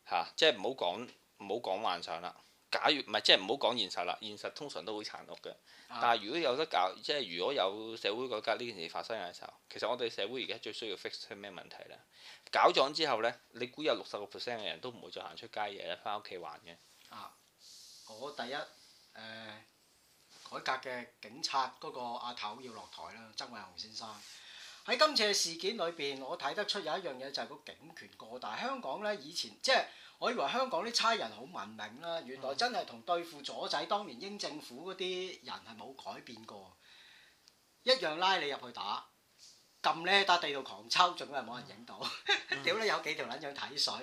[SPEAKER 2] 嚇、即係唔好講唔好講幻想啦。假如唔係，即係唔好講現實啦。現實通常都好殘酷嘅。
[SPEAKER 1] 啊
[SPEAKER 2] 但係如果有得搞，即係如果有社會改革呢件事發生嘅時候，其實我哋社會而家最需要 fix 係咩問題咧？搞咗之後咧，你估有六十個 percent 嘅人都唔會再行出街夜翻屋企玩嘅。
[SPEAKER 1] 我第一誒、改革嘅警察嗰個阿頭要落台啦，曾偉雄先生。喺今次嘅事件裏邊，我睇得出有一樣嘢就係個警權過大。香港呢，以前即係我以為香港啲差人好文明啦，原來真係同對付左仔當年英政府嗰啲人係冇改變過，一樣拉你入去打，撳呢笪地度狂抽，仲有人冇人影到。 (laughs) 屌你有幾條撚樣睇水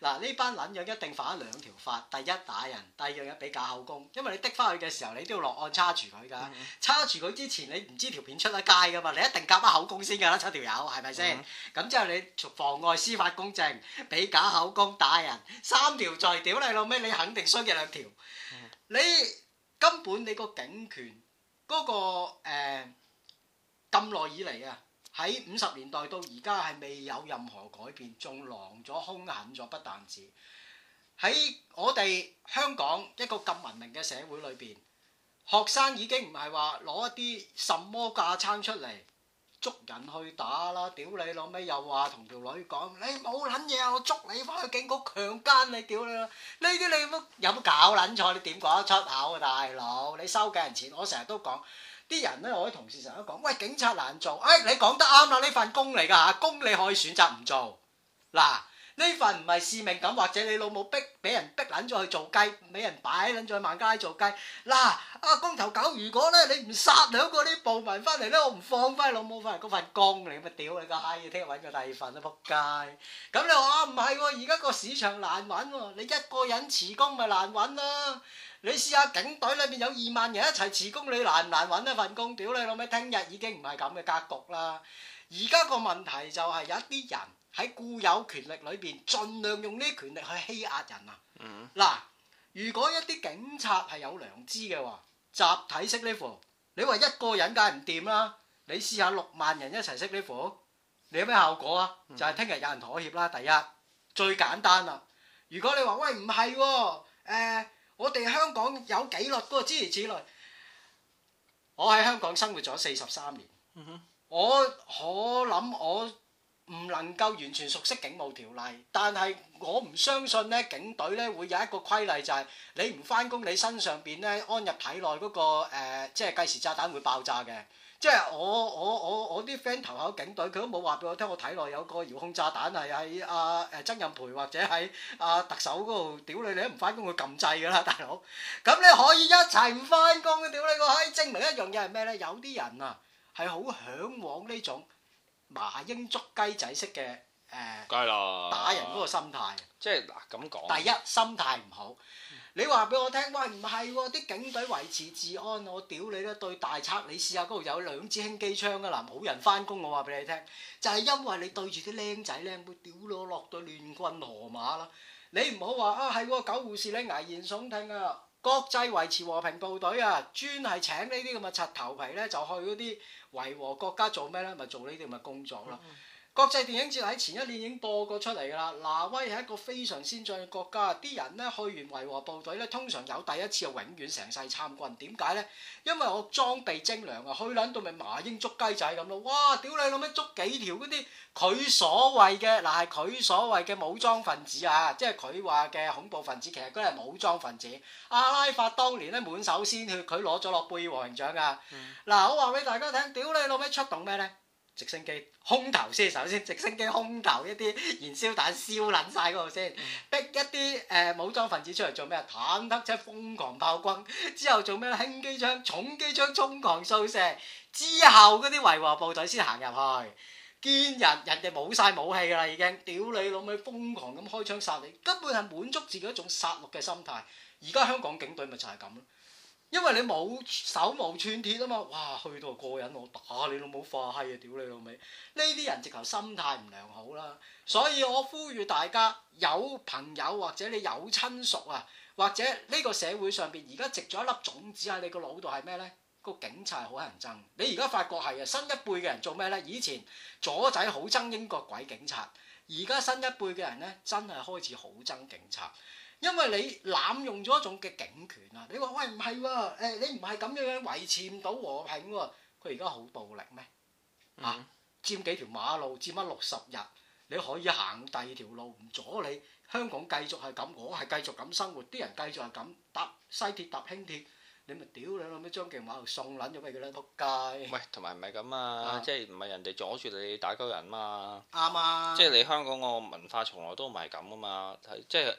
[SPEAKER 1] 嗱？呢班撚樣一定犯咗兩條法，第一打人，第二樣嘢俾假口供，因為你滴翻去嘅時候，你都要落案叉住佢㗎。叉住佢之前，你唔知條片出得街㗎嘛？你一定夾翻口供先㗎啦，七條友係咪先？咁之後你妨礙司法公正，俾假口供打人，三條罪，屌你老尾，你肯定衰嘅兩條。你根本你個警權嗰、個誒咁耐以嚟啊！喺五十年代到而家係未有任何改變，仲狼咗、兇狠咗，不但止。喺我哋香港一個咁文明嘅社會裏邊，學生已經唔係話攞一啲什麼架撐出嚟捉人去打啦，屌你老尾又話同條女講你冇撚嘢啊，我捉你翻去警局強姦你，屌你啦！呢啲你有冇有冇搞撚錯？你點講得出口啊，大佬？你收嘅人錢，我成日都講。啲人咧，我啲同事成日都講：喂，警察難做。哎，你講得啱啦，呢份工嚟㗎嚇，工你可以選擇唔做。嗱，呢份唔係使命感，或者你老母逼俾人逼撚咗去做雞，俾人擺撚咗去萬佳做雞。嗱，啊公頭狗，如果咧你唔殺兩個啲暴民翻嚟咧，我唔放翻你老母翻嚟嗰份工嚟，咪屌你個閪，聽日揾個第二份啦，仆街！咁你話啊唔係喎，而家個市場難揾喎，你一個人辭工咪難揾啦。你試下警隊裏面有二萬人一齊辭工，你難唔難揾一份工？屌你老味，聽日已經唔係咁嘅格局啦。而家個問題就係有一啲人喺固有權力裏邊，盡量用呢啲權力去欺壓人啊。
[SPEAKER 2] 嗯
[SPEAKER 1] 嗱，如果一啲警察係有良知嘅話，集體識呢副，你話一個人梗係唔掂啦。你試下六萬人一齊識呢副，你有咩效果啊？
[SPEAKER 2] 嗯
[SPEAKER 1] 就係聽日有人妥協啦。第一，最簡單啦。如果你話喂唔係喎，誒我哋香港有紀律嗰個諸如此類。我喺香港生活咗四十三年，
[SPEAKER 2] 嗯哼
[SPEAKER 1] 我我諗我唔能夠完全熟悉警務條例，但係我唔相信咧警隊咧會有一個規例就係、你唔翻工，你身上邊咧安入體內嗰、個、呃、即係計時炸彈會爆炸嘅。即係我我我我啲 friend 投考警隊，佢都冇話俾我聽，我體內有個遙控炸彈係喺阿誒曾蔭培或者喺阿、特首嗰度，屌你你都唔翻工，佢撳掣㗎啦，大佬。咁你可以一齊唔翻工嘅，屌你個閪！證明一樣嘢係咩咧？有啲人啊係好向往呢種。麻鷹捉雞仔式嘅誒
[SPEAKER 2] 梗係啦，
[SPEAKER 1] 打人嗰個心態。
[SPEAKER 2] 即係嗱咁講，啊
[SPEAKER 1] 第一心態唔好。你話俾我聽，喂唔係喎，啲警隊維持治安，我屌你啦！對大賊，你試下嗰度有兩支輕機槍噶啦，冇人翻工，我話俾你聽，就係、因為你對住啲僆仔僆妹，屌你我落到亂棍河馬啦！你唔好話啊係喎，狗護士咧危言聳聽啊！國際維持和平部隊啊，專係請呢啲咁嘅柒頭皮咧，就去嗰啲維和國家做咩咧？咪做呢啲咁嘅工作咯。國際電影節喺前一年已經播過出嚟㗎啦。挪威係一個非常先進嘅國家，啲人咧去完維和部隊咧，通常有第一次啊，永遠成世參軍。點解咧？因為我裝備精良啊，去撚到咪麻鷹捉雞仔咁咯。哇！屌你老味，捉幾條嗰啲佢所謂嘅嗱係佢所謂嘅武裝分子啊，即係佢話嘅恐怖分子，其實佢係武裝分子。阿拉法當年咧滿手鮮血，佢攞咗諾貝爾和平獎㗎。嗱、我話俾大家聽，屌你老味出動咩咧？直升機空投先，首先直升機空投一啲燃燒彈燒撚晒嗰度先，逼一啲誒、呃武裝分子出嚟做咩啊？坦克車瘋狂炮轟，之後做咩咧？輕機槍、重機槍瘋狂掃射，之後嗰啲維和部隊先行入去。堅人，人哋冇晒武器㗎啦，已經屌你老味，瘋狂咁開槍殺你，根本係滿足自己一種殺戮嘅心態。而家香港警隊咪就係咁咯。因為你冇手無寸鐵啊嘛，哇！去到過癮，我打你老母化閪啊！屌你老味，呢啲人直頭心態唔良好啦。所以我呼籲大家有朋友或者你有親屬啊，或者呢個社會上邊而家植咗一粒種子喺你個腦度係咩呢？個警察係好乞人憎，你而家發覺係啊！新一輩嘅人做咩呢？以前左仔好憎英國鬼警察，而家新一輩嘅人呢，真係開始好憎警察。因為你濫用咗一種嘅警權啊！你話喂唔係喎，誒你唔係咁樣樣維持唔到和平喎、佢而家好暴力咩？
[SPEAKER 2] 嗯
[SPEAKER 1] 啊，佔幾條馬路，佔咗六十日，你可以行第二條路唔阻你。香港繼續係咁，我係繼續咁生活，啲人繼續係咁搭西鐵搭輕鐵，你咪屌你老味張勁馬又送撚咗俾佢啦，仆街！
[SPEAKER 2] 喂，同埋唔係咁
[SPEAKER 1] 啊
[SPEAKER 2] 啊，即係唔係人哋阻住你打鳩人嘛？
[SPEAKER 1] 啱啊！
[SPEAKER 2] 即係你香港個文化從來都唔係咁啊嘛，係即係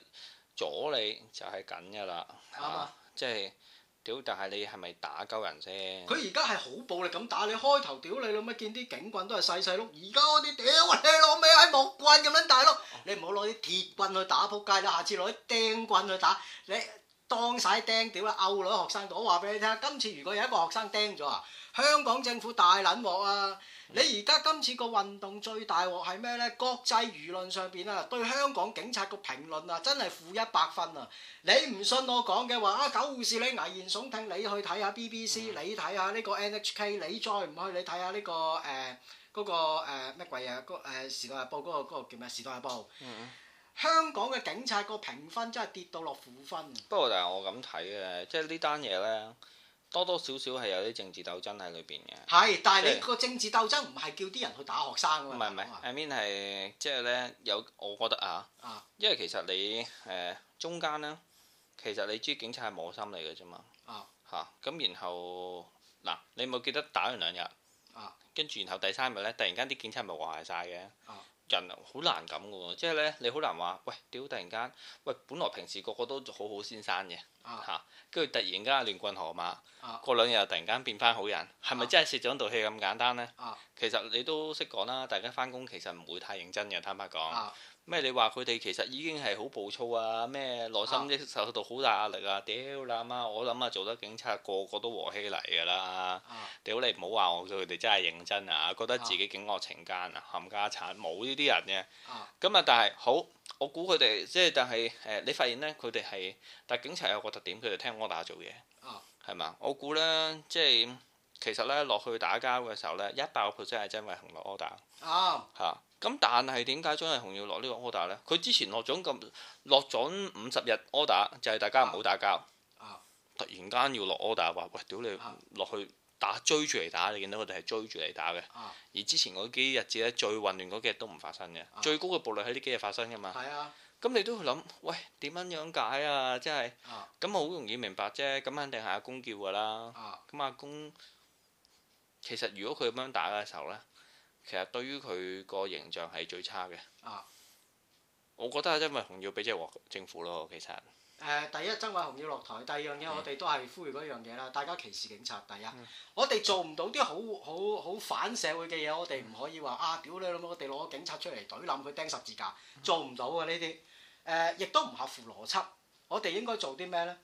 [SPEAKER 2] 阻你就係緊㗎啦，係
[SPEAKER 1] 啱
[SPEAKER 2] 嘛
[SPEAKER 1] 啊？
[SPEAKER 2] 即係屌，但係你係咪打鳩人先？
[SPEAKER 1] 佢而家係好暴力咁打你，開頭屌你老味，見啲警棍都係細細碌，而家嗰啲屌你老味係木棍咁樣大碌，你唔好攞啲鐵棍去打仆街啦，下次攞啲釘棍去打，你當晒釘屌啦，摳女學生度，我話俾你聽，今次如果有一個學生釘咗啊，香港政府大撚鑊啊！你而家今次個運動最大鑊係咩呢？國際輿論上邊啊，對香港警察個評論啊，真係負一百分啊！你唔信我講嘅話啊，狗護士你危言聳聽，你去睇下 BBC，、你睇下呢個 NHK，你再唔去你睇下呢個誒嗰、個呃乜鬼嘢、啊？嗰、呃、時代日報嗰、個嗰個叫咩？時代日報。
[SPEAKER 2] 嗯
[SPEAKER 1] 香港嘅警察個評分真係跌到落負分啊！
[SPEAKER 2] 不過但係我咁睇嘅，即係呢單嘢呢，多多少少係有啲政治鬥爭喺裏邊嘅。
[SPEAKER 1] 係，但係你
[SPEAKER 2] 即係
[SPEAKER 1] 個政治鬥爭唔係叫啲人去打學生啊
[SPEAKER 2] 唔
[SPEAKER 1] 嘛。
[SPEAKER 2] 係唔係
[SPEAKER 1] 大佬啊
[SPEAKER 2] ，I mean 係即係咧有，我覺得啊
[SPEAKER 1] 啊，
[SPEAKER 2] 因為其實你誒、呃中間咧，其實你知警察係摸心嚟嘅啫嘛，
[SPEAKER 1] 啊
[SPEAKER 2] 嚇咁、然後嗱，你有冇記得打完兩日
[SPEAKER 1] 啊，
[SPEAKER 2] 跟住然後第三日咧，突然間啲警察咪和諧晒嘅
[SPEAKER 1] 啊。
[SPEAKER 2] 人好難咁嘅喎，即係咧你好難話，喂屌！突然間，喂本來平時個個都好好先生嘅
[SPEAKER 1] 啊
[SPEAKER 2] 嚇，跟住、突然間亂棍河馬，
[SPEAKER 1] 啊
[SPEAKER 2] 過兩日又突然間變翻好人，係咪
[SPEAKER 1] 啊
[SPEAKER 2] 真係泄咗道氣咁簡單呢？
[SPEAKER 1] 啊
[SPEAKER 2] 其實你都識講啦，大家翻工其實唔會太認真嘅，坦白講。
[SPEAKER 1] 啊
[SPEAKER 2] 咩、你話佢哋其實已經係好暴躁啊，咩內心即受到好大壓力啊，屌啦媽！我諗啊，做得警察個個都和氣嚟㗎啦，
[SPEAKER 1] 啊！
[SPEAKER 2] 屌你唔好話我叫佢哋真係認真啊，覺得自己警惡懲奸啊，冚家產冇呢啲人
[SPEAKER 1] 啊
[SPEAKER 2] 嘅。咁啊，但係好。我估佢哋即係，但係誒、呃你發現呢，佢哋係，但係警察有個特點，佢哋聽 order 做嘢。
[SPEAKER 1] 啊
[SPEAKER 2] 係嘛？我估呢，即係其實呢，落去打交嘅時候呢，一百個 percent 係真係紅落 order
[SPEAKER 1] 啱
[SPEAKER 2] 嚇。咁但係點解張麗紅要落呢個 order 呢？佢之前落咗咁落咗五十日 order，就係大家唔好打交。
[SPEAKER 1] 啊
[SPEAKER 2] 突然間要落 order 話，喂，屌你
[SPEAKER 1] 啊
[SPEAKER 2] 落去打追住嚟打，你見到佢哋係追住嚟打嘅。
[SPEAKER 1] 啊，
[SPEAKER 2] 而之前嗰幾日子呢，最混亂嗰幾日都唔發生嘅，最高嘅暴力喺呢幾日發生㗎嘛。
[SPEAKER 1] 係啊
[SPEAKER 2] 咁你都會諗，喂，點樣樣解啊？即係
[SPEAKER 1] 啊
[SPEAKER 2] 咁好容易明白啫，咁肯定係阿公叫㗎啦。
[SPEAKER 1] 啊
[SPEAKER 2] 咁阿公其實如果佢咁樣打嘅時候呢，其實對於佢個形象係最差嘅。
[SPEAKER 1] 啊！
[SPEAKER 2] 我覺得係因為洪耀俾隻鑊政府咯，其實
[SPEAKER 1] 誒第一，曾偉雄要落台；第二樣嘢，我哋都係呼籲嗰樣嘢啦，大家歧視警察。第一，我哋做唔到啲好好好反社會嘅嘢，我哋唔可以話啊，屌你老母！我哋攞警察出嚟懟冧佢釘十字架，做唔到啊嘅呢啲。誒、亦都唔合乎邏輯。我哋應該做啲咩呢？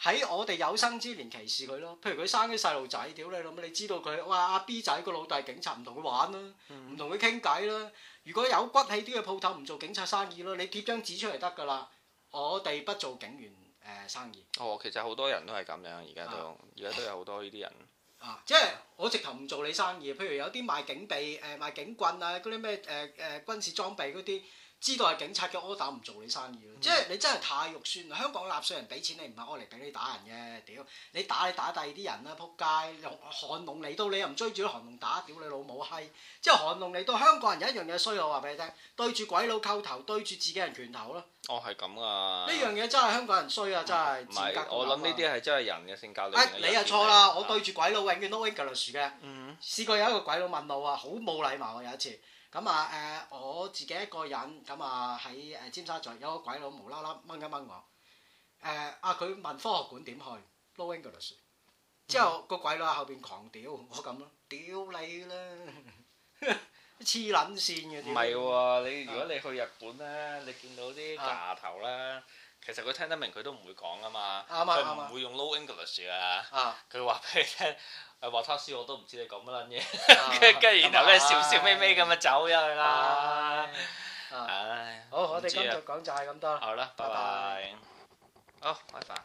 [SPEAKER 1] 喺我哋有生之年歧視佢咯，譬如佢生啲細路仔，屌你老母！你知道佢哇阿 B 仔個老豆係警察，唔同佢玩啦，唔同佢傾偈啦。如果有骨氣啲嘅鋪頭唔做警察生意咯，你貼張紙出嚟得㗎啦。我哋不做警員誒、呃生意
[SPEAKER 2] 哦，其實好多人都係咁樣，而家都而家都有好多呢啲人。
[SPEAKER 1] 啊，即係我直頭唔做你生意。譬如有啲賣警備誒、呃、賣警棍啊，嗰啲咩誒誒軍事裝備嗰啲，知道係警察嘅 order 唔做你生
[SPEAKER 2] 嗯
[SPEAKER 1] 意咯。即係你真係太肉酸啦！香港納税人俾錢你唔係愛嚟俾你打人嘅，屌你打你打第二啲人啦，撲街！韓龍嚟到你又唔追住啲韓龍打，屌你老母閪！即係韓龍嚟到香港人有一樣嘢衰，我話俾你聽，對住鬼佬叩頭，對住自己人拳頭咯。
[SPEAKER 2] 哦，係咁啊！
[SPEAKER 1] 呢樣嘢真係香港人衰啊！真係
[SPEAKER 2] 唔
[SPEAKER 1] 賤
[SPEAKER 2] 哎
[SPEAKER 1] 格
[SPEAKER 2] 係，
[SPEAKER 1] 到
[SPEAKER 2] 我諗
[SPEAKER 1] 嘔
[SPEAKER 2] 呢
[SPEAKER 1] 啊
[SPEAKER 2] 啲係真係人嘅性格裏
[SPEAKER 1] 啊
[SPEAKER 2] 面嘅一
[SPEAKER 1] 你又
[SPEAKER 2] 面
[SPEAKER 1] 錯啦！
[SPEAKER 2] 嚟
[SPEAKER 1] 我對住鬼佬永遠都 English 嘅。
[SPEAKER 2] 嗯
[SPEAKER 1] 試過有一個鬼佬問路啊，好冇禮貌啊！有一次，咁啊誒我自己一個人，咁啊喺誒尖沙咀有個鬼佬無啦啦掹一掹我，誒、啊佢問科學館點去，no English，之後個鬼佬喺後邊狂屌我咁咯，屌你啦，黐撚線嘅，
[SPEAKER 2] 唔係
[SPEAKER 1] 屌
[SPEAKER 2] 喎，你如果你去日本咧，你見到啲
[SPEAKER 1] 啊
[SPEAKER 2] 牙頭咧，其實佢聽得明佢都唔會講噶嘛，
[SPEAKER 1] 啱啊
[SPEAKER 2] 佢
[SPEAKER 1] 啱啊
[SPEAKER 2] 唔會用 low English 噶，
[SPEAKER 1] 啊！
[SPEAKER 2] 佢話俾你聽。 (laughs) 誒話他書我都唔知你講乜撚嘢，
[SPEAKER 1] 啊
[SPEAKER 2] (laughs) 跟跟住然後咧
[SPEAKER 1] 咁
[SPEAKER 2] 笑
[SPEAKER 1] 啊
[SPEAKER 2] 笑眯眯咁啊走咗去啦。
[SPEAKER 1] 唉啊
[SPEAKER 2] 唉，
[SPEAKER 1] 好，我哋
[SPEAKER 2] 唔知
[SPEAKER 1] 今
[SPEAKER 2] 啊
[SPEAKER 1] 日講就係咁多啦。
[SPEAKER 2] 好啦，拜
[SPEAKER 1] 拜
[SPEAKER 2] 拜
[SPEAKER 1] 拜。
[SPEAKER 2] 好，拜拜。